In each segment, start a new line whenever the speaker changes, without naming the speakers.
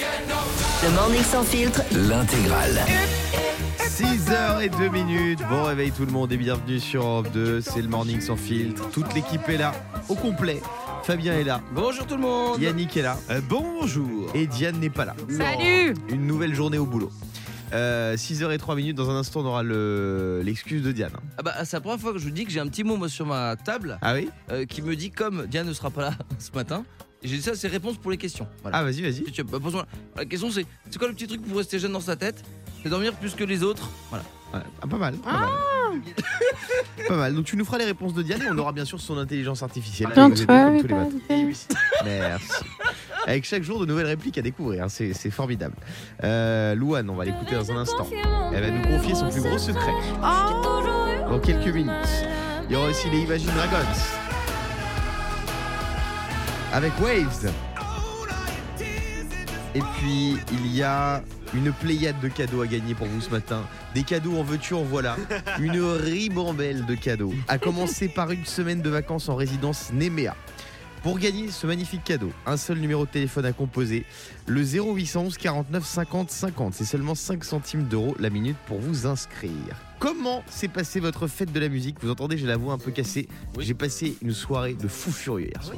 Le morning sans filtre.
L'intégrale.
6h02 minutes, bon réveil tout le monde et bienvenue sur Europe 2, c'est le morning sans filtre, toute l'équipe est là, au complet, Fabien est là,
Bonjour tout le monde
Yannick est là, bonjour, et Diane n'est pas là.
Salut
Une nouvelle journée au boulot. Euh, 6h03 minutes, dans un instant on aura le- l'excuse de Diane.
ah bah, C'est la première fois que je vous dis que j'ai un petit mot moi, sur ma table
Ah oui
euh, qui me dit comme Diane ne sera pas là ce matin, j'ai dit ça c'est réponse pour les questions. Voilà.
Ah vas-y, vas-y.
Si tu as pas besoin- La question c'est c'est quoi le petit truc pour rester jeune dans sa tête C'est dormir plus que les autres. Voilà.
Ouais, ah, pas mal. Pas, mal. Pas mal. Donc tu nous feras les réponses de Diane et on aura bien sûr son intelligence artificielle.
Don't
Vous êtes comme
worry
tous les matins.
about
Eh oui. Merci. Avec chaque jour de nouvelles répliques à découvrir, hein, c'est c'est formidable. Euh, Louane, on va l'écouter dans un instant. Elle va nous confier son plus gros secret dans quelques minutes. Il y aura aussi les Imagine Dragons avec Waves. Et puis il y a une pléiade de cadeaux à gagner pour vous ce matin. Des cadeaux en veux-tu, en voilà. Une ribambelle de cadeaux. À commencer par une semaine de vacances en résidence Néméa. Pour gagner ce magnifique cadeau, un seul numéro de téléphone à composer, le 0811 49 50 50. C'est seulement 5 centimes d'euros la minute pour vous inscrire. Comment s'est passée votre fête de la musique Vous entendez, j'ai la voix un peu cassée.
Oui.
J'ai passé une soirée de fou furieux hier soir.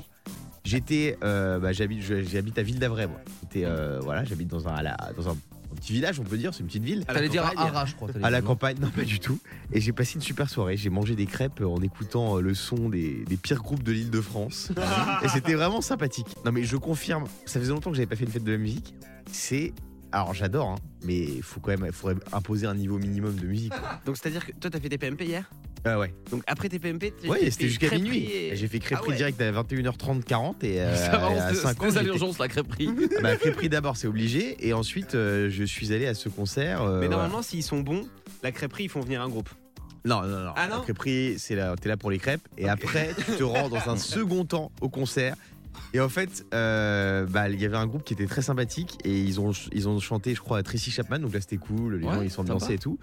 J'étais, euh, bah, j'habite, je- j'habite à Ville d'Avray, moi. J'étais, euh, voilà, j'habite dans un, à la- dans un- un petit village, on peut dire, c'est une petite ville.
T'allais dire Ara je crois. t'allais
À la
dire, non
campagne, non pas du tout. Et j'ai passé une super soirée. J'ai mangé des crêpes en écoutant euh, le son des, des pires groupes de l'île de France.
Ah
et c'était vraiment sympathique. Non mais je confirme, ça faisait longtemps que j'avais pas fait une fête de la musique. C'est... Alors j'adore, hein, mais il faut quand même faudrait imposer un niveau minimum de musique. quoi.
Donc c'est-à-dire que toi t'as fait des PMP hier
Ah ouais.
Donc après tes PMP tu-
Ouais,
tu
c'était
fais
jusqu'à
crêperie
minuit.
et-
J'ai fait crêperie
Ah ouais.
direct à 21h30, 40 et euh,
Ça va,
à
on se-
5
c'était
ans,
à
j'étais-
l'urgence la crêperie.
Bah, Crêperie d'abord, c'est obligé. Et ensuite, euh, je suis allé à ce concert. euh,
Mais
voilà.
normalement s'ils sont bons, la crêperie ils font venir un groupe.
non, non, non.
Ah non
La Crêperie, c'est là, t'es là pour les crêpes. Et après, tu te rends dans un second temps au concert. Et en fait, euh, bah, il y avait un groupe qui était très sympathique et ils ont, ch- ils ont chanté, je crois, Tracy Chapman. Donc là, c'était cool. Les
Ouais,
gens, ils sont
sympa.
ambiancés et tout.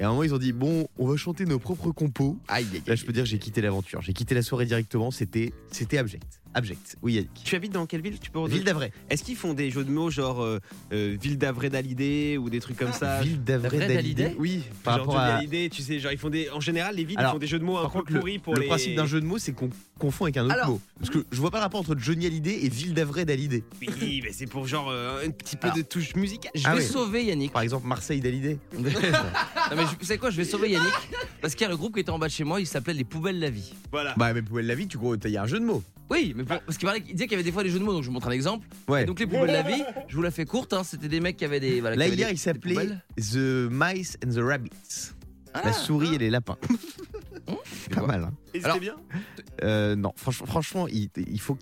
Et à un moment, ils ont dit Bon, on va chanter nos propres compos.
Aïe aïe,
Là, je peux dire, j'ai quitté l'aventure. J'ai quitté la soirée directement. C'était c'était abject. Abject. Oui, Yannick.
Tu habites dans quelle ville Tu peux
Ville d'Avray.
Est-ce qu'ils font des jeux de mots genre euh, euh, Ville d'Avray d'Alidé ou des trucs comme ça
Ah, Ville d'Avray
d'Avray
d'Alidée.
d'Alidée
Oui, par
Par genre
rapport
Johnny
à.
Hallyday, tu sais, genre ils font des. En général, les villes ils
Alors,
font des jeux de mots un
par
peu
contre, le-
pourris pour
le
les.
principe d'un jeu de mots, c'est qu'on confond avec un autre
Alors-
mot. Parce que je vois pas le rapport entre Johnny Hallyday et Ville d'Avray d'Hallyday.
Oui, mais c'est pour genre euh, un petit peu
Alors.
de touche musicale.
Je
Ah
vais Bah.
oui.
sauver Yannick.
Par exemple, Marseille d'Hallyday.
Non mais je- c'est quoi Je vais sauver Yannick parce qu'il y a le groupe qui était en bas de chez moi, il s'appelait les poubelles de la vie.
Voilà.
bah, mais Poubelle la vie, tu crois, il y a un jeu de mots.
Oui, mais
Ah.
pour- parce qu'il parlait, il disait qu'il y avait des fois des jeux de mots, donc je vous montre un exemple.
Ouais.
Et donc les poubelles de la vie, je vous la fais courte, hein, c'était des mecs qui avaient des. Voilà,
Là,
qui avaient
hier,
des-
il
des
s'appelait
poubelles.
The Mice and the Rabbits.
Ah,
la souris et les lapins. pas
vois.
mal, hein.
Et
Alors-
c'était bien
Euh, non, franchement, franchement il, il faut.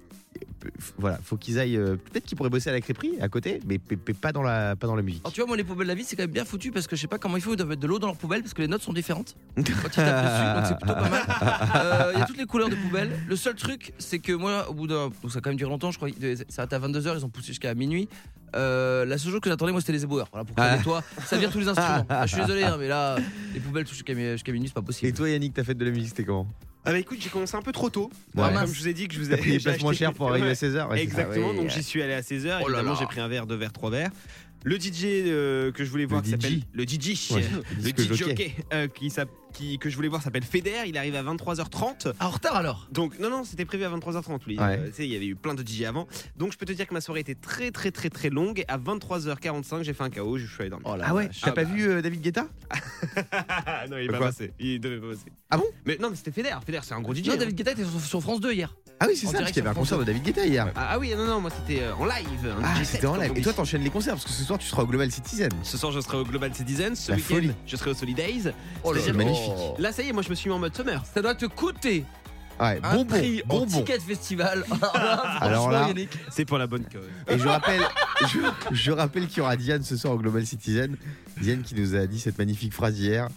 Voilà, faut qu'ils aillent. euh, Peut-être qu'ils pourraient bosser à la crêperie à côté, mais, mais- mais pas, dans la, pas dans la musique.
Alors tu vois, moi les poubelles de la vie, c'est quand même bien foutu parce que je sais pas comment il faut, ils doivent mettre de l'eau dans leur poubelle parce que les notes sont différentes. Quand ils tapent dessus, donc c'est plutôt pas mal. Euh, Il y a toutes les couleurs de poubelles. Le seul truc, c'est que moi, au bout d'un. Donc ça a quand même duré longtemps, je crois. que Ça a été à 22h, ils ont poussé jusqu'à minuit. Euh, la seule chose que j'attendais, moi, c'était les éboueurs. Voilà, pour que toi, ça vire tous les instruments. Ah, je suis désolé, hein, mais là, les poubelles touchent jusqu'à mi- jusqu'à minuit, c'est pas
Et
possible.
toi, Yannick, ta fête de la musique, c'était comment
Ah bah écoute, j'ai commencé un peu trop tôt.
Ouais.
Alors, Comme je vous ai dit que je vous
T'as
ai
pris des
j'ai
places moins
acheté-
chères pour arriver
Ouais.
à 16h
Exactement, donc j'y suis allé à 16h,
Oh là
évidemment
là.
j'ai pris un verre, deux verres, trois verres. Le DJ euh, que je voulais voir qui
DJ.
s'appelle le DJ,
Ouais,
le
disque
DJ
jockey.
jockey, euh, qui, s'app- qui- que je voulais voir s'appelle Feder, il arrive à 23h30.
Ah, en retard alors
Donc non non, c'était prévu à 23h30 oui.
Ouais.
Euh, tu sais, il y avait eu plein de DJ avant. Donc je peux te dire que ma soirée était très très très très longue à 23h45, j'ai fait un KO, je suis allé dormir.
Oh là
Ah ouais,
vache.
t'as
Ah
pas
bah.
vu euh, David Guetta
Ah, non, il est pas
Quoi
passé. Il devait pas passer.
Ah bon
Mais non, mais c'était Feder, Feder c'est un gros DJ.
Non,
hein.
David Guetta était sur, sur France 2 hier.
Ah oui, c'est
En
ça, parce
direct
qu'il y avait un
sur
concert de David Guetta hier.
Ah, ah oui, non non, moi c'était euh, en live. un
Ah,
DJ set,
c'était en
comme
live.
on
Et
dit.
toi, t'enchaînes les concerts parce que ce soir, tu seras au Global Citizen.
Ce soir, je serai au Global Citizen. Ce
La
week-end,
folie.
je serai au Solidays.
Oh là
C'est
là.
magnifique.
Là, ça y est, moi, je me suis mis en mode summer.
Ça doit te coûter
Ouais,
un
bonbon,
prix en
bonbon.
ticket de festival.
Alors
Alors
là-
là, franchement, Yannick.
C'est pour la bonne cause.
Et je rappelle, je, je rappelle qu'il y aura Diane ce soir au Global Citizen. Diane qui nous a dit cette magnifique phrase hier.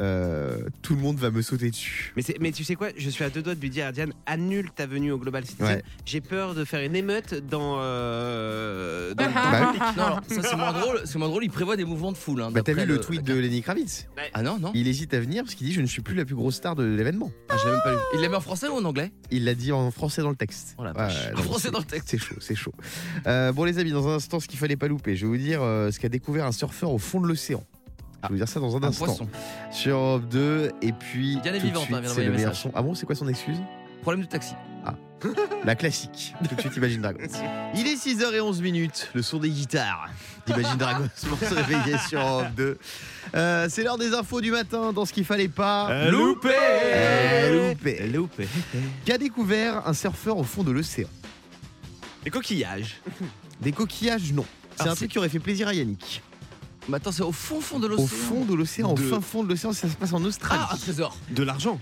euh, tout le monde va me sauter dessus.
Mais, c'est- mais tu sais quoi Je suis à deux doigts de lui dire à Diane annule ta venue au Global Citizen.
Ouais.
J'ai peur de faire une émeute dans. euh, dans-
Ah,
Bah oui.
Non, alors, ça c'est moins drôle. C'est moins drôle. Il prévoit des mouvements de foule. hein,
Bah, t'as
d'après
vu le tweet de Lenny Kravitz
Ah non, non.
Il hésite à venir parce qu'il dit Je ne suis plus la plus grosse star de l'événement.
Ah, je l'ai même pas lu. Il l'a mis en français ou en anglais
Il l'a dit en français dans le texte.
Oh la vache. En
non,
français
c'est-
dans le texte.
C'est chaud, c'est chaud. Euh, bon, les amis, dans un instant, ce qu'il fallait pas louper, je vais vous dire euh, ce qu'a découvert un surfeur au fond de l'océan. Je vais vous dire ça dans un
Ah, Un
instant.
poisson.
Sur Europe 2, et puis.
Diane est
tout de
vivante, hein,
suite,
vient
c'est
d'envoyer
le
un
meilleur
message.
son. Ah bon, c'est quoi son excuse
Problème de taxi.
La classique. Tout de suite, Imagine Dragons. Il est 6h11 minutes, le son des guitares d'Imagine Dragons pour se réveiller sur Europe 2. Euh, c'est l'heure des infos du matin dans ce qu'il fallait pas.
Euh,
Loupé
Bah, Euh, loupé.
Loupé
Qu'a découvert un surfeur au fond de l'océan
Les coquillages.
Des coquillages, non. C'est
Ah,
un
c'est-
truc qui aurait fait plaisir à Yannick.
Mais attends, c'est au fond fond de l'océan.
Au fond de l'océan, au
De-
fin fond de l'océan, ça se passe en Australie.
Ah, un trésor.
De l'argent.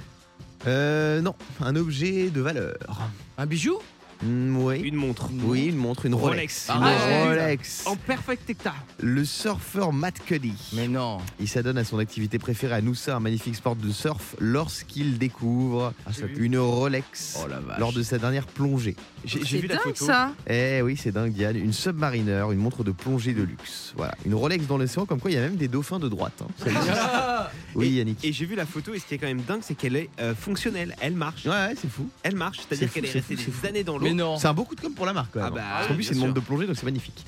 Euh, non, un objet de valeur.
Un bijou
Mm, oui.
Une montre.
Oui, une montre, une Rolex.
Rolex.
Ah,
Une
ouais.
Rolex.
En perfect état.
Le surfeur Matt Cuddy.
Mais non.
Il s'adonne à son activité préférée à Noosa, un magnifique sport de surf, lorsqu'il découvre
Ah, j'ai vu. Oh
une Rolex
Oh la vache.
lors de sa dernière plongée.
J'ai j'ai
C'est
vu la
dingue
photo.
ça.
Eh oui, c'est dingue, Diane. Une Submariner, une montre de plongée de luxe. Voilà. Une Rolex dans l'océan, comme quoi il y a même des dauphins de droite. hein. Ça existe. Oui, Yannick.
Et j'ai vu la photo et ce qui est quand même dingue, c'est qu'elle est euh, fonctionnelle. Elle marche.
Ouais, ouais, c'est fou.
Elle marche.
C'est
C'est-à-dire
fou,
qu'elle est
c'est fou,
restée
c'est fou.
des années dans l'eau.
Mais non.
C'est un beau coup de com pour la marque, quand même. hein.
Ah bah,
Parce qu'en
oui,
plus,
bien
c'est une montre
sûr.
de plongée, donc c'est magnifique.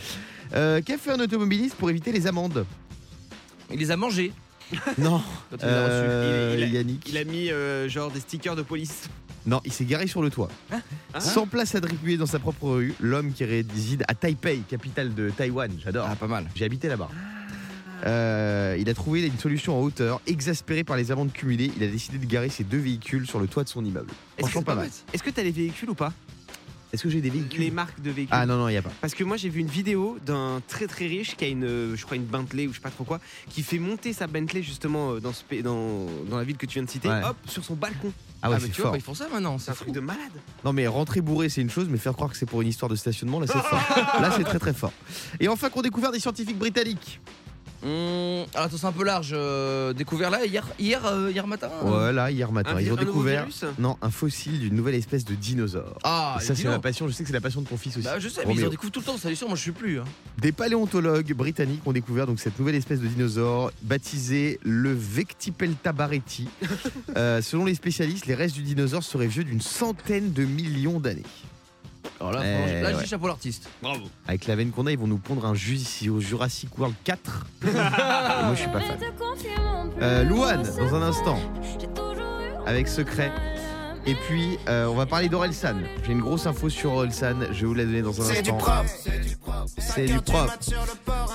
Euh, Qu'a fait un automobiliste pour éviter les amendes
Il les a mangés
Non,
quand il les a reçus.
euh,
Il est-
Yannick.
Il a mis euh, genre des stickers de police.
Non, il s'est garé sur le toit. Ah.
Hein
Sans place attribuée dans sa propre rue, l'homme qui réside à Taipei, capitale de Taïwan, j'adore.
Ah, pas mal.
J'ai habité là-bas. Euh, il a trouvé une solution en hauteur. Exaspéré par les amendes cumulées, il a décidé de garer ses deux véhicules sur le toit de son immeuble.
Est-ce que
Franchement,
c'est
pas
pas
mal.
bête
Est-ce que t'as les véhicules ou pas
Est-ce que j'ai des véhicules
Les marques de véhicules.
Ah non, non, il n'y a pas.
Parce que moi j'ai vu une vidéo d'un très très riche qui a une, euh, je crois une Bentley ou je sais pas trop quoi, qui fait monter sa Bentley justement euh, dans, ce pays- dans, dans la ville que tu viens de citer,
Ouais.
hop, sur son balcon.
Ah ouais,
mais
c'est
tu
fort.
vois, bah, ils font ça maintenant.
C'est
C'est
un
fou.
truc de malade.
Non, mais rentrer bourré, c'est une chose, mais faire croire que c'est pour une histoire de stationnement, là, c'est fort. là, c'est très, très fort. Et enfin, qu'on découvert des scientifiques britanniques.
Hum, alors, attends, c'est un peu large. euh, découvert là hier, hier, euh, hier matin. euh.
Voilà, hier matin,
Un vi-
ils ont
un nouveau
découvert.
virus
Non, un fossile d'une nouvelle espèce de dinosaure.
Ah,
Et ça,
dis
c'est la
donc.
passion. Je sais que c'est la passion de ton fils aussi.
Bah, je sais, mais ils
Roméo.
en découvrent tout le temps. Salut sûr, moi je suis plus. hein.
Des paléontologues britanniques ont découvert donc cette nouvelle espèce de dinosaure baptisée le Vectipelta barretti. Euh, selon les spécialistes, les restes du dinosaure seraient vieux d'une centaine de millions d'années.
Alors là,
Eh,
franchement, je- là, je
ouais.
dis chapeau à l'artiste.
Bravo.
Avec la veine qu'on a, ils vont nous pondre un jus ici au Jurassic World 4. Et moi, je suis pas fan. Euh, Louane, dans un instant, avec Secret. Et puis, euh, on va parler d'Orelsan. J'ai une grosse info sur Orelsan. Je vais vous la donner dans un instant.
C'est du propre.
C'est du propre.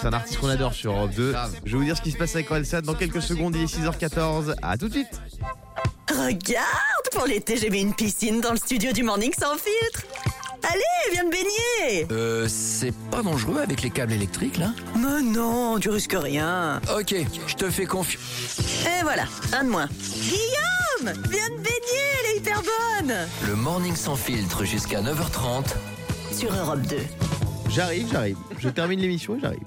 C'est un artiste qu'on adore sur Europe 2. Je vais vous dire ce qui se passe avec Orelsan dans quelques secondes. Il est 6h14. À tout de suite.
Regarde, pour l'été, j'ai mis une piscine dans le studio du Morning sans filtre. Allez, viens te baigner
Euh, c'est pas dangereux avec les câbles électriques là
Mais non, tu risques rien.
Ok, je te fais confiance.
Et voilà, un de moins. Guillaume, viens te baigner, elle est hyper bonne
Le morning sans filtre jusqu'à 9h30
Sur Europe 2.
J'arrive, j'arrive. Je termine l'émission et j'arrive.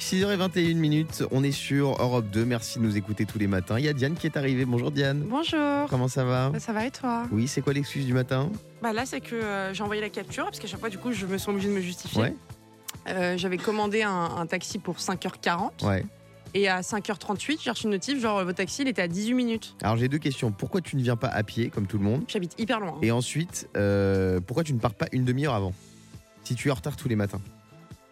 6h21 minutes. On est sur Europe 2. Merci de nous écouter tous les matins. Il y a Diane qui est arrivée. Bonjour Diane.
Bonjour.
Comment ça va
Bah, ça va et toi
Oui, c'est quoi l'excuse du matin
Bah là c'est que euh, j'ai envoyé la capture parce qu'à chaque fois du coup je me sens obligée de me justifier.
Ouais.
Euh, J'avais commandé un, un taxi pour 5h40
Ouais.
et à 5h38 j'ai reçu une notif genre euh, votre taxi il était à 18 minutes.
Alors j'ai deux questions. Pourquoi tu ne viens pas à pied comme tout le monde
J'habite hyper loin. hein.
Et ensuite, euh, pourquoi tu ne pars pas une demi-heure avant Si tu es en retard tous les matins.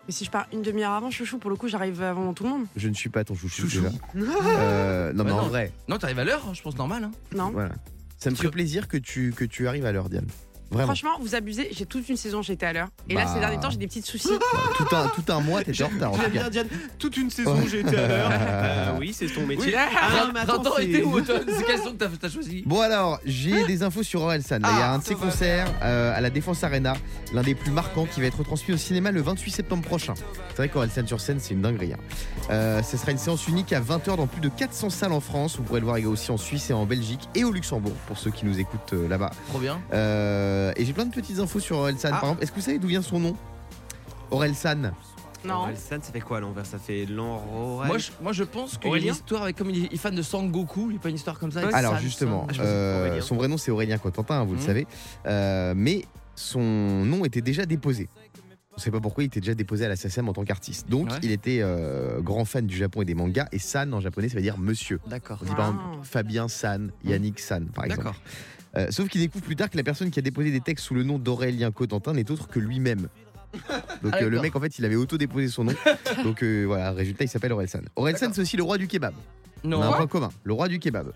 Mais si je pars une demi-heure avant chouchou pour le coup j'arrive avant tout le monde.
Je ne suis pas ton chouchou.
Chouchou.
déjà. Euh, non
Ouais,
mais en
non.
vrai,
Non, t'arrives à l'heure, je pense normal. hein.
Non
voilà. Ça me
Tu-
fait plaisir que tu, que tu arrives à l'heure, Diane. Vraiment.
Franchement vous abusez j'ai toute une saison j'étais à l'heure et là
Bah.
ces derniers temps j'ai des petits soucis.
Tout un, tout un mois, t'étais en retard. en tout
J'aime
cas.
bien Diane. Toute une saison j'ai été à l'heure. Euh, oui, c'est ton métier. Ah, mais attends,
Printemps,
c'est-
été ou automne C'est quelle saison que t'as- t'as choisi
Bon alors, j'ai des infos sur Orelsan. Là, Il y a
Hein Ah,
un de ses
ça va.
concerts euh, à la Défense Arena, l'un des plus marquants qui va être retransmis au cinéma le 28 septembre prochain. C'est vrai qu'Orelsan sur scène, c'est une dinguerie. hein. Euh, ce sera une séance unique à 20h dans plus de 400 salles en France. Vous pourrez le voir aussi en Suisse et en Belgique et au Luxembourg pour ceux qui nous écoutent euh, là-bas.
Trop bien.
Euh, et j'ai plein de petites infos sur Orelsan.
Ah.
Par exemple, est-ce que vous savez d'où vient son nom Orelsan.
Non.
Orelsan, ça fait quoi à l'envers Ça fait l'enroral.
Moi je, moi, je pense qu'il y a une
Aurélien
histoire avec comme il est il est fan de Sangoku, il n'y a pas une histoire comme ça. avec
Alors
Sam,
justement,
Sam.
je pensais
euh,
Aurélien.
son vrai nom c'est Aurélien Cotentin, hein, vous le
Mhm.
savez, Euh, mais son nom était déjà déposé. On ne sait pas pourquoi il était déjà déposé à la SACEM en tant qu'artiste. Donc
Ouais.
il était euh, grand fan du Japon et des mangas, et San en japonais ça veut dire monsieur.
D'accord. Mmh.
On dit par
Ah.
exemple Fabien San, Yannick San par exemple.
D'accord.
Euh, sauf qu'il découvre plus tard que la personne qui a déposé des textes sous le nom d'Aurélien Cotentin n'est autre que lui-même. Donc
Ah,
euh, le
d'accord.
mec en fait il avait auto-déposé son nom. Donc euh, voilà, résultat il s'appelle Orelsan. Orelsan c'est aussi le roi du kebab. On a un
Non.
point commun, le roi du kebab.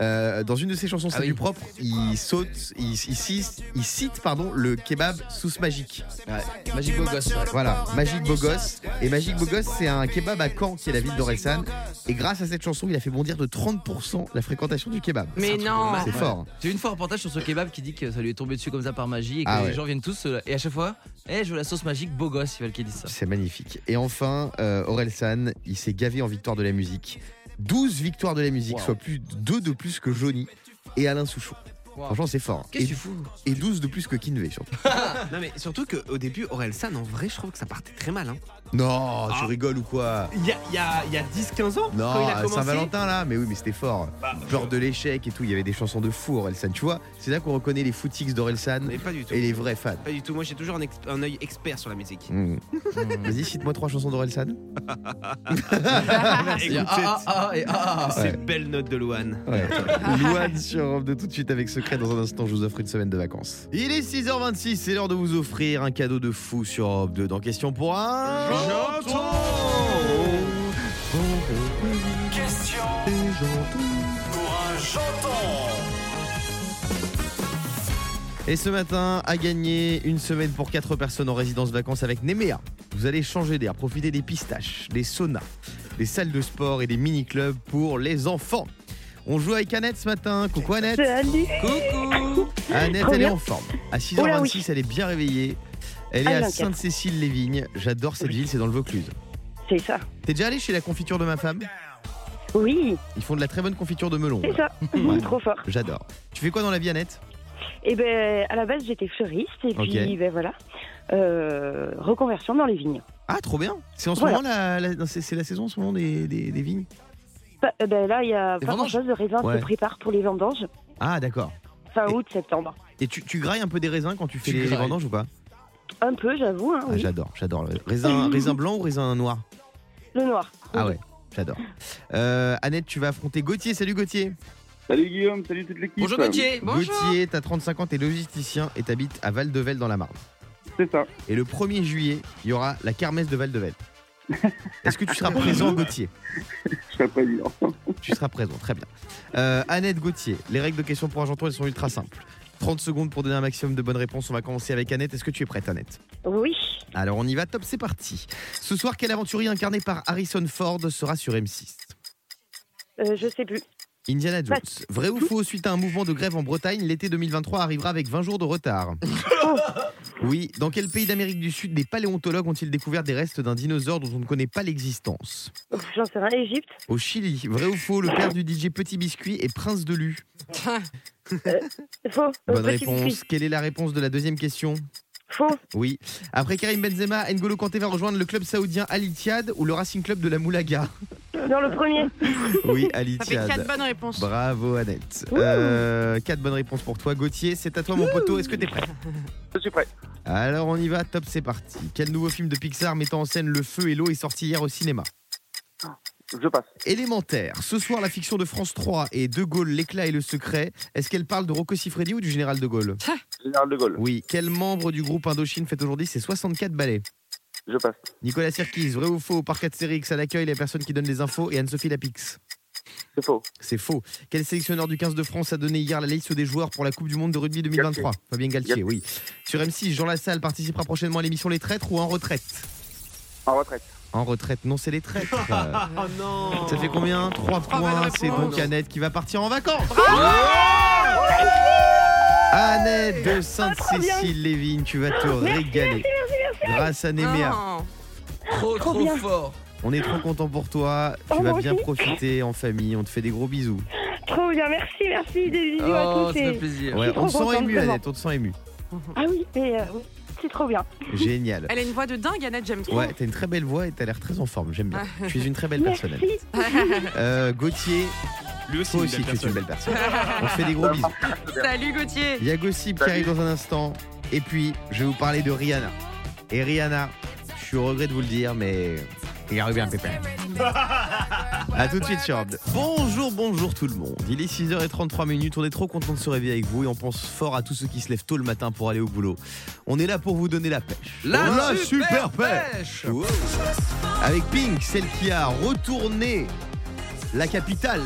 Euh, dans une de ses chansons, c'est
Ah oui.
du propre, il saute, il, il cite, il cite, pardon, le kebab sauce magique.
Ouais. Magic Beau Gosse. ouais.
Voilà, Magique Bogos. Et Magique Bogos, c'est un kebab à Caen, qui est la ville d'Orelsan. Et grâce à cette chanson, il a fait bondir de 30% la fréquentation du kebab.
Mais non.
C'est fort. hein.
J'ai eu une fois un reportage sur ce kebab qui dit que ça lui est tombé dessus comme ça par magie et que
Ah
les
ouais.
gens viennent tous euh, et à chaque fois, Eh je veux la sauce magique beau gosse, ils veulent qu'ils disent ça.
C'est magnifique. Et enfin, euh, Orelsan, il s'est gavé en victoire de la musique. 12 victoires de la musique,
Wow.
soit plus deux de plus que Johnny et Alain Souchon.
Wow.
Franchement, c'est fort. hein.
Qu'est-ce
Et,
que tu fous
et 12 de plus que Kinvey, surtout.
Non mais surtout qu'au début, Orelsan, en vrai, je trouve que ça partait très mal. hein.
Non, tu
Ah.
rigoles ou quoi
Il y a, il y a- il y a 10-15 ans, quand
Non,
il a
à
commencé.
Saint-Valentin là, mais oui, mais c'était fort.
Bah,
Genre de l'échec et tout, il y avait des chansons de fou Orelsan, tu vois. C'est là qu'on reconnaît les footix d'Orelsan
Mais pas du tout.
et les vrais fans.
Pas du tout. Moi, j'ai toujours un, ex- un œil expert sur la musique.
Mmh. Vas-y, cite-moi trois chansons d'Orelsan.
Il y a ah ah ah et ah ah.
Ces belles notes de Luan.
Ouais. Louane sur Europe de tout de suite avec Secret. Dans un instant, je vous offre une semaine de vacances. Il est 6h26, c'est l'heure de vous offrir un cadeau de fou sur Europe 2. Dans question pour un.
Question pour un janton.
Et ce matin, à gagner une semaine pour 4 personnes en résidence vacances avec Nemea. Vous allez changer d'air, profiter des pistaches, des saunas, des salles de sport et des mini-clubs pour les enfants. On joue avec Annette ce matin. Coucou Annette.
Salut.
Coucou
Annette,
Trop
elle est
bien.
en forme. À 6h26,
Oula, oui.
elle est bien réveillée. Elle est
Ah,
à
vingt-quatre.
Sainte-Cécile-les-Vignes. J'adore cette ville, c'est dans le Vaucluse.
C'est ça.
T'es déjà allé chez la confiture de ma femme
Oui,
Ils font de la très bonne confiture de melon.
c'est
là.
ça.
Ouais.
Trop fort.
J'adore. Tu fais quoi dans la vie, Annette
Et ben à la base j'étais fleuriste et puis
Ok.
ben voilà. Euh, reconversion dans les vignes.
Ah, trop bien. C'est en ce
Voilà.
moment la, la- non, c'est c'est la saison en ce moment des, des- des vignes
Pas- euh, ben là il y a
Les
pas grand
vendanges.
chose de raisin
Ouais.
se prépare pour les vendanges
Ah, d'accord.
fin
Et-
août septembre.
Et tu, tu grailles un peu des raisins quand tu fais
Tu
les, les
grailles.
vendanges ou pas
Un peu j'avoue hein,
Ah,
oui.
J'adore, j'adore. le Raisin, raisin blanc ou raisin noir
le noir.
Ah ouais, j'adore. Euh, Annette, tu vas affronter Gauthier. Salut Gauthier.
Salut Guillaume, salut toute l'équipe.
Bonjour Gauthier Bonjour
Gauthier, t'as 35 ans, t'es logisticien et t'habites à Val-de-Velle dans la Marne.
C'est ça.
Et le 1er juillet, il y aura la kermesse de Val-de-Velle. Est-ce que tu seras présent, Gauthier
Je serai président.
Tu seras présent, très bien. Euh, Annette Gauthier, les règles de questions pour Argenton, elles sont ultra simples. 30 secondes pour donner un maximum de bonnes réponses. On va commencer avec Annette. Est-ce que tu es prête, Annette
Oui.
Alors on y va, top, c'est parti. Ce soir, quel aventurier incarné par Harrison Ford sera sur M6
Euh, je sais plus.
Indiana Jones. Vrai ou faux, suite à un mouvement de grève en Bretagne, l'été 2023 arrivera avec 20 jours de retard. Oui, dans quel pays d'Amérique du Sud des paléontologues ont-ils découvert des restes d'un dinosaure dont on ne connaît pas l'existence
Ouf, J'en sais rien. Égypte.
Au Chili, vrai ou faux, le père du DJ Petit Biscuit est prince de Lu
Faux. Euh,
Bonne
petit
réponse.
biscuit.
Quelle est la réponse de la deuxième question
Faux.
Oui. Après Karim Benzema, N'Golo Kanté va rejoindre le club saoudien Al Ittihad ou le Racing Club de la Moulaga
Dans le premier.
Oui, Al
Ça fait
Ittihad.
4 bonnes réponses.
Bravo Annette. Euh, quatre bonnes réponses pour toi Gauthier. C'est à toi mon poteau. Est-ce que t'es prêt
Je suis prêt.
Alors on y va. Top, c'est parti. Quel nouveau film de Pixar mettant en scène le feu et l'eau est sorti hier au cinéma
Je passe.
Élémentaire. Ce soir la fiction de France 3 et De Gaulle, l'éclat et le secret. Est-ce qu'elle parle de Rocco Siffredi ou du général De Gaulle
Général de Gaulle.
Oui. Quel membre du groupe Indochine fête aujourd'hui ses 64 ballets
Je passe.
Nicolas Sirkis, vrai ou faux Au parc Astérix, à l'accueil, les personnes qui donnent les infos et Anne-Sophie Lapix.
C'est faux.
C'est faux. Quel sélectionneur du 15 de France a donné hier la liste des joueurs pour la Coupe du Monde de rugby 2023 Fabien Galtier, oui. Sur M6, Jean Lassalle participera prochainement à l'émission Les Traîtres ou En Retraite
En retraite.
En retraite, non, c'est Les Traîtres. Euh,
Oh non
Ça fait combien 3
Trois bonnes
points. C'est
réponses.
donc Annette qui va partir en vacances. Annette de Sainte-Cécile-Lévine, tu vas te régaler. Grâce à Néméa.
Non.
Trop
Trop
trop
bien.
fort
On est trop content pour toi. Tu
Ah. Oh,
vas
moi
bien
aussi.
profiter en famille. On te fait des gros bisous.
Trop bien. Merci, merci. Des bisous à
Oh
tous.
ça
et-
fait plaisir
Ouais,
trop
on te sent
contente,
ému,
vraiment.
Annette. On te sent ému.
Ah oui. Et, euh, oui. C'est trop bien.
Génial.
Elle a une voix de dingue, Annette, j'aime trop.
Ouais, t'as une très belle voix et t'as l'air très en forme, j'aime bien. Tu es une très belle
Ah. Merci.
personne. Euh, Gauthier,
Lui aussi,
toi
une
aussi
belle
tu es une
personne.
belle personne. On te fait des gros bisous.
Salut Gauthier.
Il y a Gossip qui
Salut.
arrive dans un instant. Et puis, je vais vous parler de Rihanna. Et Rihanna, je suis au regret de vous le dire, mais il est arrivé un pépin. A tout de suite sur Europe 2. Bonjour, bonjour tout le monde. Il est 6h33 minutes. On est trop content de se réveiller avec vous et on pense fort à tous ceux qui se lèvent tôt le matin pour aller au boulot. On est là pour vous donner Oh, la pêche.
La,
super pêche.
pêche
Avec Pink, celle qui a retourné la capitale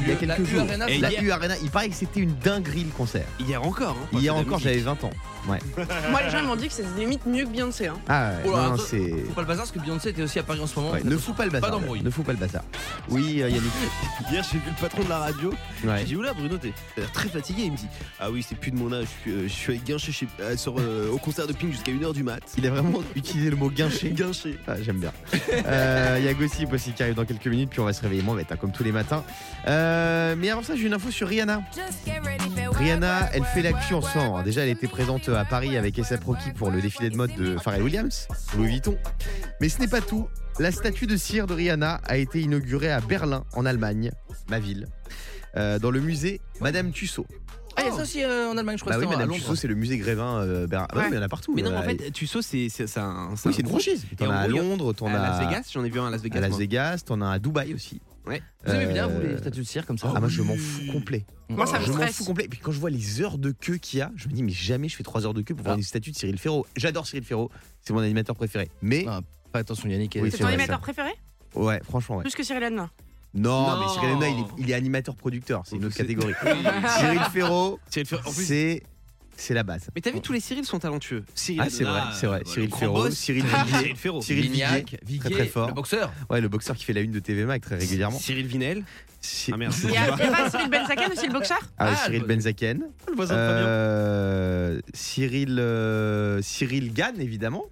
il y a
Le- la
quelques
U
jours.
Arena,
Et
c'est-
la U Arena, il paraît que c'était une dinguerie le concert.
Hier encore. hein,
Hier
parce que
encore,
la
j'avais 20 ans. Ouais.
Moi, les gens ils m'ont dit que c'est limite mieux que Beyoncé. Hein.
Ah ouais,
Oh là,
non,
attends,
c'est.
Faut pas le bazar parce que Beyoncé était aussi à Paris en ce moment.
Ouais, ne fous pas le bazar.
d'embrouille.
ne fous pas le bazar. Oui, euh, Yannick.
musique. Hier, j'ai vu le patron de la radio.
Ouais.
J'ai dit, oula, Bruno, t'es t'as l'air très fatigué. Il me dit, ah oui, c'est plus de mon âge. Je suis, euh, je suis avec Guinche chez- euh, sur, euh, au concert de Pink jusqu'à 1h du mat.
Il a vraiment utilisé le mot guincher.
Guinché.
Ah, J'aime bien. Euh, Il y a Gossip aussi qui arrive dans quelques minutes, puis on va se réveiller moins bête, hein, comme tous les matins. Euh, mais avant ça, j'ai une info sur Rihanna. Rihanna, elle fait l'actu en ce moment. Déjà, elle était présente à Paris avec ASAP Rocky pour le défilé de mode de Pharrell Williams, Louis Vuitton. Mais ce n'est pas tout. La statue de cire de Rihanna a été inaugurée à Berlin, en Allemagne, ma ville, euh, dans le musée Madame Tussaud.
Ah, il y a ça aussi euh, en Allemagne, je crois
Bah
que
oui,
c'était en- à
Madame
Londres.
Tussaud, c'est le musée Grévin euh, Berlin. Ah bah
Ouais.
oui, mais il y en a partout.
Mais non,
Euh,
en fait, Tusso, c'est c'est- c'est un. c'est
oui,
un
c'est une
gros-
franchise. T'en
Et en
as à
gros,
Londres, t'en as
À Las Vegas, j'en ai vu un à Las Vegas.
à Las
moi.
Vegas, t'en as à Dubaï aussi.
Ouais.
Vous aimez bien, vous, les
Euh,
statues de cire comme ça Mmh.
Ah, moi, je m'en fous complet.
Moi, ça me
Bah, je m'en
stresse.
fous complet. Et puis quand je vois les heures de queue qu'il y a, je me dis, mais jamais je fais 3 heures de queue pour voir
Ah.
une statue de Cyril Ferraud. J'adore Cyril Ferraud, c'est mon animateur préféré. Mais,
Ah. Fais attention, Yannick.
Oui,
C'est
c'est
ton
vrai,
animateur
ça.
préféré
ouais, franchement, ouais.
Plus que Cyril Hanouna.
Non,
Non.
mais Cyril Hanouna, il est, il est animateur-producteur, c'est une autre
C'est-
catégorie. Cyril Ferraud,
Cyril Ferraud- en plus-
c'est. C'est la base.
Mais t'as vu, tous les Cyrils sont talentueux. Cyril
Ah, c'est vrai,
Hanouna,
c'est vrai.
euh,
Cyril
le grand
Ferraud,
boss.
Cyril Viguier.
Cyril Ferraud.
Cyril Viguier,
Lignac,
très très fort.
Le boxeur.
Ouais, le boxeur qui fait la une de TV Mag très régulièrement.
Cyril Vinel.
Ci-
Ah merde.
Il y a il y a pas Cyril Benzaken aussi, le boxeur
Ah,
Ah,
Cyril
je-
Benzaken.
Le voisin
Euh, Cyril, euh, Cyril Gann, évidemment.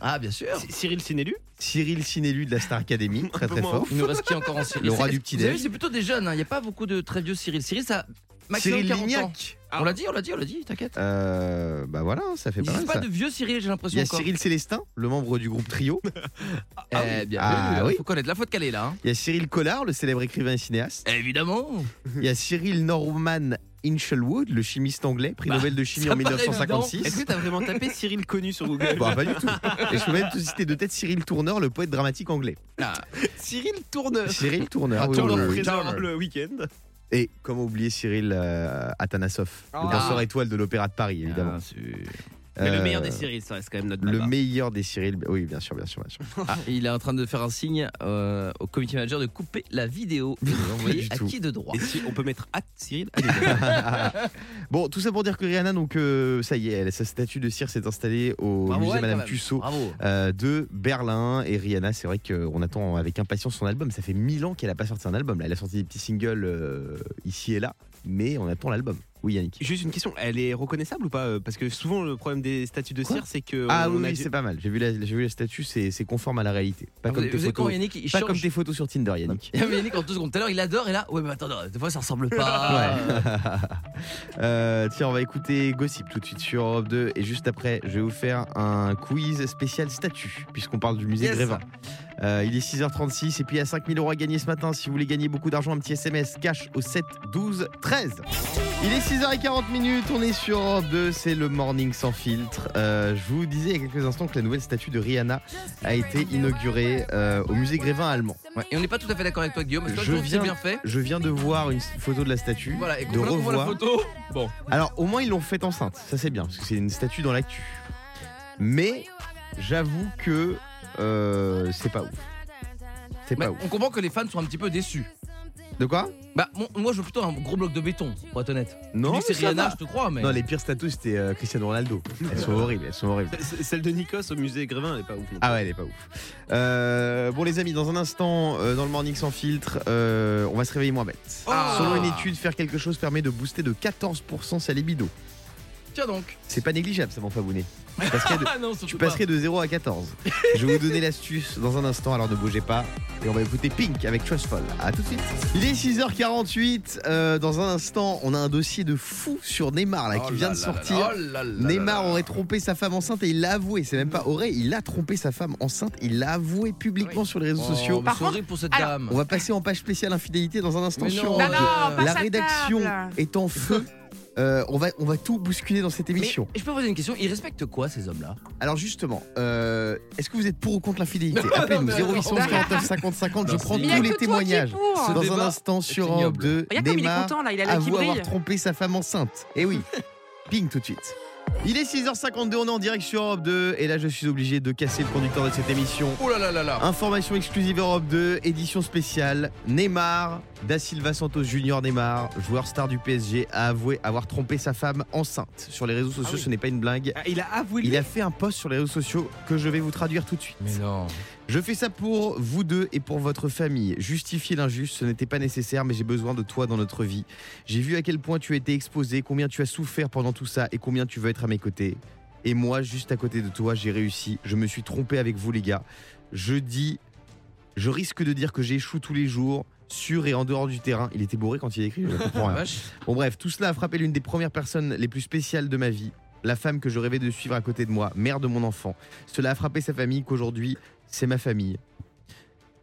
Ah, bien sûr.
Euh, Cyril Sinelu.
Cyril Sinélu de la Star Academy, très très
peu moins
fort.
ouf.
Il nous reste qui encore en Cyril
Le roi du
Vous avez
petit-déj.
vu, c'est plutôt des jeunes. hein. Il n'y a pas beaucoup de très vieux Cyril. Cyril, ça. Maximum
Cyril
40 ans.
Lignac.
On l'a dit, on l'a dit, on l'a dit, t'inquiète.
Euh, bah voilà, ça fait
Ils
pas
disent
mal
pas
ça.
de vieux Cyril, j'ai
Il y
l'impression
a
encore.
Cyril Célestin, le membre du groupe Trio.
Eh bien,
Ah,
il
oui.
faut connaître la faute qu'elle est là. hein.
Il y a Cyril Collard, le célèbre écrivain et cinéaste.
Évidemment.
Il y a Cyril Norman Inchelwood, le chimiste anglais, prix
Bah,
Nobel de chimie
ça
en
paraît
Est-ce
1956.
que t'as vraiment tapé Cyril connu sur Google
Bah pas du tout. Et je peux même te citer de tête Cyril Tourneur, le poète dramatique anglais.
Cyril Tourneur.
Cyril Tourneur. oui,
Attends,
oui,
le
oui, oui.
présent le week-end.
Et comment oublier Cyril euh, Atanasoff,
Ah.
le danseur étoile de l'Opéra de Paris, évidemment.
Mais le meilleur
Euh,
des Cyrils, ça reste quand même notre
Le
baba.
meilleur des Cyril, oui, bien sûr, bien sûr, bien sûr.
Ah, il est en train de faire un signe euh, au comité manager de couper la vidéo et de l'envoyer
du
à
tout.
qui de droit.
Et si on peut mettre at Cyril
Bon, tout ça pour dire que Rihanna, donc, euh, ça y est, elle- sa statue de cire s'est installée au
Bravo
musée
elle, Ah quand
Madame
même.
Tussaud
Bravo.
euh, de Berlin. Et Rihanna, c'est vrai qu'on attend avec impatience son album. Ça fait mille ans qu'elle n'a pas sorti un album. Là, elle a sorti des petits singles euh, ici et là, mais on attend l'album. Oui, Yannick.
Juste une question, elle est reconnaissable ou pas euh, Parce que souvent le problème des statues de
Quoi
cire, c'est que
Ah
on
oui,
a
oui,
du-
c'est pas mal. J'ai vu, la- j'ai vu la statue, c'est c'est conforme à la réalité. Pas,
Ah, Vous
comme,
avez-
tes
vous avez quand
photos,
Yannick, il
pas
change.
comme tes photos sur Tinder, Yannick.
Il y avait Yannick en deux secondes. Tout à l'heure, il adore et là, ouais, mais attends, non, des fois, ça ressemble pas.
Euh, tiens, on va écouter Gossip tout de suite sur Europe 2 et juste après, je vais vous faire un quiz spécial statut puisqu'on parle du musée
Yes.
Grévin. Euh, il est 6h36 et puis il y a 5000 euros à gagner ce matin. Si vous voulez gagner beaucoup d'argent, un petit SMS cash au 7 12 13. Il est 6h40 minutes, on est sur Europe 2, c'est le morning sans filtre. Euh, je vous disais il y a quelques instants que la nouvelle statue de Rihanna a été inaugurée euh, au musée Grévin allemand.
Ouais, et on n'est pas tout à fait d'accord avec toi, Guillaume. Parce que
Je
toi, je
viens-
viens bien fait.
Je viens de voir une photo de la statue,
Voilà, et
de
qu'on voit la
revoir.
photo. Bon.
Alors au moins ils l'ont fait enceinte, ça c'est bien, parce que c'est une statue dans l'actu. Mais j'avoue que euh, c'est pas ouf. C'est
Bah,
pas ouf.
on comprend que les fans sont un petit peu déçus.
De quoi
Bah, mon- moi, je veux plutôt un gros bloc de béton, pour être honnête. Tu
Non,
dis que c'est
mais ça
Rihanna,
va.
je te crois, mais.
Non, les pires statues c'était euh, Cristiano Ronaldo. Elles sont horribles, elles sont horribles.
C- c- Celle de Nikos au musée Grévin, elle est pas ouf. non plus.
Ah ouais, elle est pas ouf. Euh, bon les amis, dans un instant, euh, dans le Morning sans filtre, euh, on va se réveiller moins bête.
Ah.
Selon une étude, faire quelque chose permet de booster de 14% sa libido.
Tiens donc.
C'est pas négligeable, ça, mon Fabounet. Tu passerais de-
Ah non, surtout
tu
pas.
passerais de 0 à 14. Je vais vous donner l'astuce dans un instant, alors ne bougez pas. Et on va écouter Pink avec Trustful. A tout de suite. Il est 6h48. euh, dans un instant, on a un dossier de fou sur Neymar là,
Oh
qui
là
vient de
là
sortir.
là là là là
Neymar
là Mm. là.
aurait trompé sa femme enceinte et il l'a avoué. C'est même pas aurait, il a trompé sa femme enceinte. Il l'a avoué publiquement sur les réseaux
Oh,
sociaux.
mais
Par
c'est horrible pour cette
alors-
dame.
On va passer en page spéciale infidélité dans un instant
Mais
sur
non,
euh,
Bah non, passe
la
à
rédaction
table.
est en feu. Euh, on, va, on va tout bousculer dans cette
Mais
émission.
je peux poser une question. Ils respectent quoi ces hommes-là
Alors justement, euh, est-ce que vous êtes pour ou contre l'infidélité
Non,
Appelez-nous
non, non.
0800 49 50 50. Je
Non,
prends
c'est
Mais il y a
tous les
que toi qui es
témoignages.
pour.
Ce
Dans un
débat
instant sur
est
Europe
ignoble.
2,
Regarde comme il est
Neymar
content là, il a la qui
avoue avoir
brille.
trompé sa femme enceinte. Eh oui, ping tout de suite. Il est 6h52, on est en direct sur Europe 2 et là je suis obligé de casser le conducteur de cette émission.
Oh là là là là.
Information exclusive Europe 2, édition spéciale. Neymar, Da Silva Santos Junior Neymar, joueur star du PSG, a avoué avoir trompé sa femme enceinte. Sur les réseaux sociaux,
oui.
ce n'est pas une blague.
Ah, Il a avoué.
Il a fait un post sur les réseaux sociaux que je vais vous traduire tout de suite.
Mais non.
Je fais ça pour vous deux et pour votre famille. Justifier l'injuste, ce n'était pas nécessaire, mais j'ai besoin de toi dans notre vie. J'ai vu à quel point tu as été exposé, combien tu as souffert pendant tout ça et combien tu veux être à mes côtés. Et moi, juste à côté de toi, j'ai réussi. Je me suis trompé avec vous, les gars. Je dis, je risque de dire que j'échoue tous les jours, sur et en dehors du terrain. Il était bourré quand il a écrit, je comprends rien.
Vache.
Bon bref, tout cela a frappé l'une des premières personnes les plus spéciales de ma vie, la femme que je rêvais de suivre à côté de moi, mère de mon enfant. Cela a frappé sa famille qu'aujourd'hui, c'est ma famille.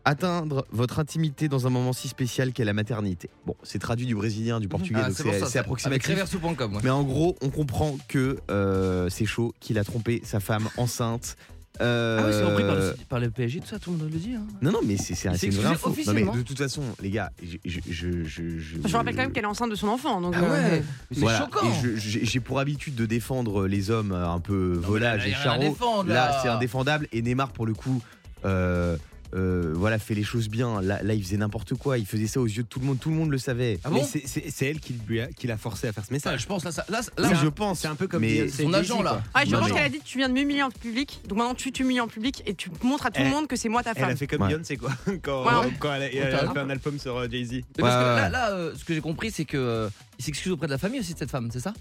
Atteindre votre intimité dans un moment si spécial qu'est la maternité. Bon, c'est traduit du brésilien, du
Ah,
portugais, donc c'est c'est approximatif.
Reverso.com.
Mais en gros, on comprend que euh, c'est chaud, qu'il a trompé sa femme enceinte. Euh,
Ah oui, c'est repris par le, par le PSG, tout ça, tout le monde le dit. Hein.
Non, non, mais c'est c'est-
Il s'est
c'est une vraie
excusé
info. Non, mais
officiellement.
de toute façon, les gars, je. Je, je, je- je-
Je vous rappelle quand même qu'elle est enceinte de son enfant. Donc,
Ah
euh,
ouais, c'est
Voilà.
choquant.
Et je- j'ai j'ai pour habitude de défendre les hommes euh, un peu volages et charros.
charros.
Là, c'est indéfendable. Et Neymar, pour le coup, euh, euh, voilà, fait les choses bien. Là, là, il faisait n'importe quoi. Il faisait ça aux yeux de tout le monde. Tout le monde le savait.
Ah
Mais
bon
c'est- c'est c'est elle qui lui a- qui l'a forcé à faire ce
Ça,
message.
Ah, je pense là, ça, là,
Oui,
là
je pense.
C'est un peu comme
Mais
Beyoncé et
son agent
Jay-Z, quoi.
là.
ouais, je
Non,
pense
mais-
qu'elle a dit tu viens de m'humilier en public, donc maintenant tu t'humilies en public et tu montres à tout
Eh,
le
Elle-
monde que c'est moi ta
Elle
femme.
a fait comme
Ouais.
Beyoncé quoi. Quand,
Ouais.
quand elle, a, elle a fait un album sur euh, Jay-Z.
Mais parce que
Ouais, ouais.
là, là, euh, ce que j'ai compris, c'est que euh, il s'excuse auprès de la famille aussi de cette femme, c'est ça
Euh,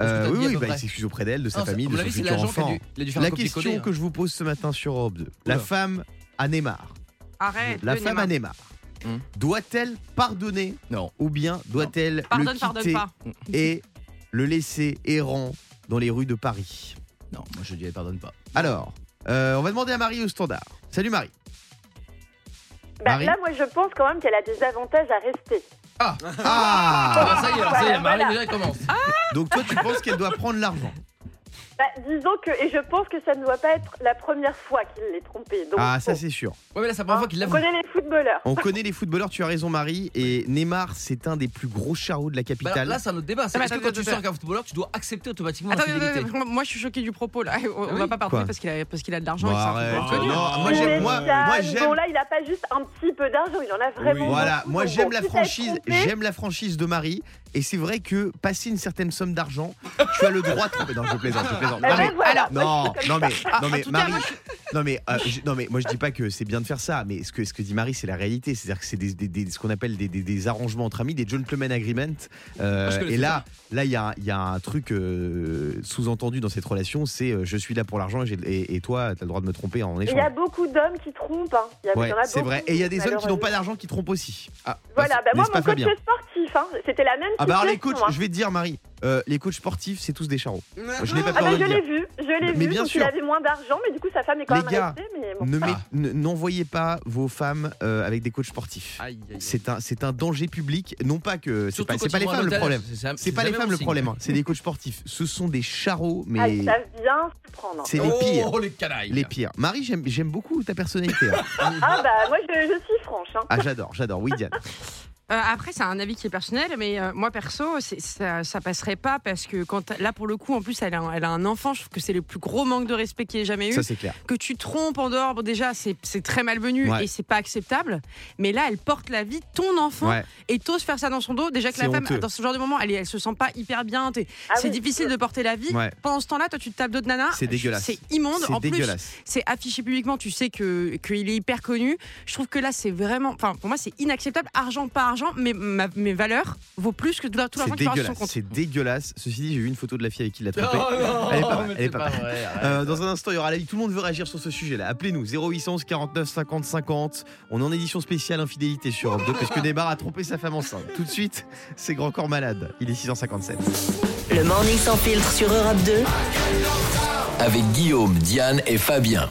Parce que t'as
oui,
dit à
oui,
peu
bah, il
près.
s'excuse auprès d'elle, de sa
Non, c'est-
famille,
à
de
mon
son
avis, c'est
futur
l'agent qui a
enfant.
dû- il a dû faire un
La
copier-coller,
question
hein.
que je vous pose ce matin sur Europe 2 la
Oula.
femme à Neymar,
Arrête.
la
le
femme
Neymar.
à Neymar,
Hmm.
doit-elle pardonner
Non.
ou bien doit-elle le
Pardonne,
quitter
pardonne pas.
Mhm.
et le laisser errant dans les rues de Paris.
Non, moi je dis, elle pardonne pas.
Alors, euh, on va demander à Marie au standard. Salut Marie.
Bah,
Marie
là, moi, je pense quand même qu'elle a des avantages à rester.
Ah
Ah, ça y est, alors, ça y est,
Voilà,
Marie
voilà.
déjà elle commence.
Donc toi tu penses qu'elle doit prendre l'argent
Bah, disons que, et je pense que ça ne doit pas être la première fois qu'il l'est trompé. Donc,
Ah ça
bon,
c'est sûr.
Ouais, mais là, c'est la première
hein,
fois qu'il l'a
On
vu.
connaît les footballeurs.
On connaît les footballeurs, tu as raison Marie, et Neymar c'est un des plus gros charros de la
Bah, là,
capitale.
là, c'est un autre débat. C'est
Mais
parce que
Eh ben, attends,
quand
attends,
tu sors avec un footballeur, tu dois accepter automatiquement
Attends, attends, attends,
l'infidélité.
parce que moi je suis choqué du propos là. On
oui.
va
Ah Quoi
pas
Bah
pardonner parce qu'il a, parce qu'il a de l'argent
Bon,
et que c'est un
arrête.
footballeur connu.
Non, moi
Mais
j'aime moi,
Zidane,
moi,
Bon,
j'aime
là, il a pas juste un petit peu d'argent, il en a vraiment.
voilà,
beaucoup.
moi
Donc,
j'aime
bon,
la
si t'as
franchise,
trompé,
j'aime la franchise de Marie et c'est vrai que passer une certaine somme d'argent, tu as le droit de tromper. Non, je plaisante, je plaisante.
bah,
Non, mais-
ben voilà.
Non, non mais, non
en
mais
tout cas,
Marie,
moi,
non mais, euh, je- non mais, moi je dis pas que c'est bien de faire ça, mais ce que ce que dit Marie c'est la réalité, c'est-à-dire que c'est des, des- des- ce qu'on appelle des, des- des arrangements entre amis, des gentlemen agreements. Euh,
Moi, je connaissais
et là, là il y a, il y a un truc euh, sous-entendu dans cette relation, c'est euh, je suis là pour l'argent et, j'ai- et, et toi t'as le droit de me tromper en
Et
échange.
Il y a beaucoup d'hommes qui trompent. hein. Il y a- il
Ouais,
y en a
c'est
beaucoup,
vrai. Et il y a des hommes qui n'ont
malheureusement.
pas d'argent qui trompent aussi. Ah,
Voilà, bah, moi,
n'est-ce
mon
pas
coach
Fabien
sportif, hein, c'était la même
Ah bah alors les
situation,
coachs,
hein.
je vais te dire Marie, euh, les coachs sportifs c'est tous des charros. Je n'ai pas
Ah
peur
bah,
de
je
le
l'ai
dire.
vu, je l'ai
Mais
vu.
bien
donc
sûr.
Il avait moins d'argent, mais du coup, sa femme est quand
Les
même
gars,
restée. Mais bon.
Ne met-
Ah.
ne- N'envoyez pas vos femmes euh, avec des coachs sportifs.
Aïe, aïe, aïe.
C'est un, c'est un danger public. Non pas que. C'est
Surtout
pas,
quand
c'est pas
ils
les
vont à
femmes le
l'hôtel,
problème.
ça-
C'est pas
jamais
les
bon
femmes le
signe.
problème. hein. C'est des coachs sportifs. Ce sont des charros,
Ah, ils
mais
savent bien se prendre.
c'est les pires.
Oh, les canailles.
Les pires. Marie, j'aime j'aime beaucoup ta personnalité. hein.
Ah bah moi je, je suis franche. Hein.
Ah, j'adore, j'adore. Oui, Diane.
Euh, après, c'est un avis qui est personnel, mais euh, moi perso, c'est- ça, ça passerait pas parce que quand là, pour le coup, en plus, elle a, un- elle a un enfant. Je trouve que c'est le plus gros manque de respect qu'il ait jamais eu.
Ça, c'est clair.
que tu trompes en dehors, bon, déjà, c'est c'est très malvenu
Ouais.
et c'est pas acceptable. Mais là, elle porte la vie de ton enfant
Ouais.
et t'oses faire ça dans son dos. Déjà que
C'est
la femme,
honteux.
dans ce genre de moment, elle, est- elle se sent pas hyper bien. t'es-
Ah
c'est
oui.
difficile de porter la vie.
Ouais.
Pendant ce temps-là, toi, tu te tapes d'autres nanas.
C'est dégueulasse.
C'est immonde.
C'est
En plus,
dégueulasse.
c'est affiché publiquement. Tu sais que qu'il est hyper connu. Je trouve que là, c'est vraiment. Enfin, pour moi, c'est inacceptable. Argent par argent. l'argent, mais ma- mes valeurs vaut plus que tout l'argent
C'est
qui part sur son
dégueulasse,
compte.
c'est dégueulasse. Ceci dit, j'ai vu une photo de la fille avec qui il l'a attrapé.
Oh, non,
Elle est pas mal,
mais
elle est
c'est
pas
pas
mal.
vrai, arrête.
Euh, dans un instant, il y aura la vie. Tout le monde veut réagir sur ce sujet-là. Appelez-nous 0811 49 50 50. On est en édition spéciale infidélité sur Europe 2 parce que Neymar a trompé sa femme enceinte. Tout de suite, c'est Grand Corps Malade. Il est 6h57.
Le Morning sans filtre sur Europe 2.
Avec Guillaume, Diane et Fabien.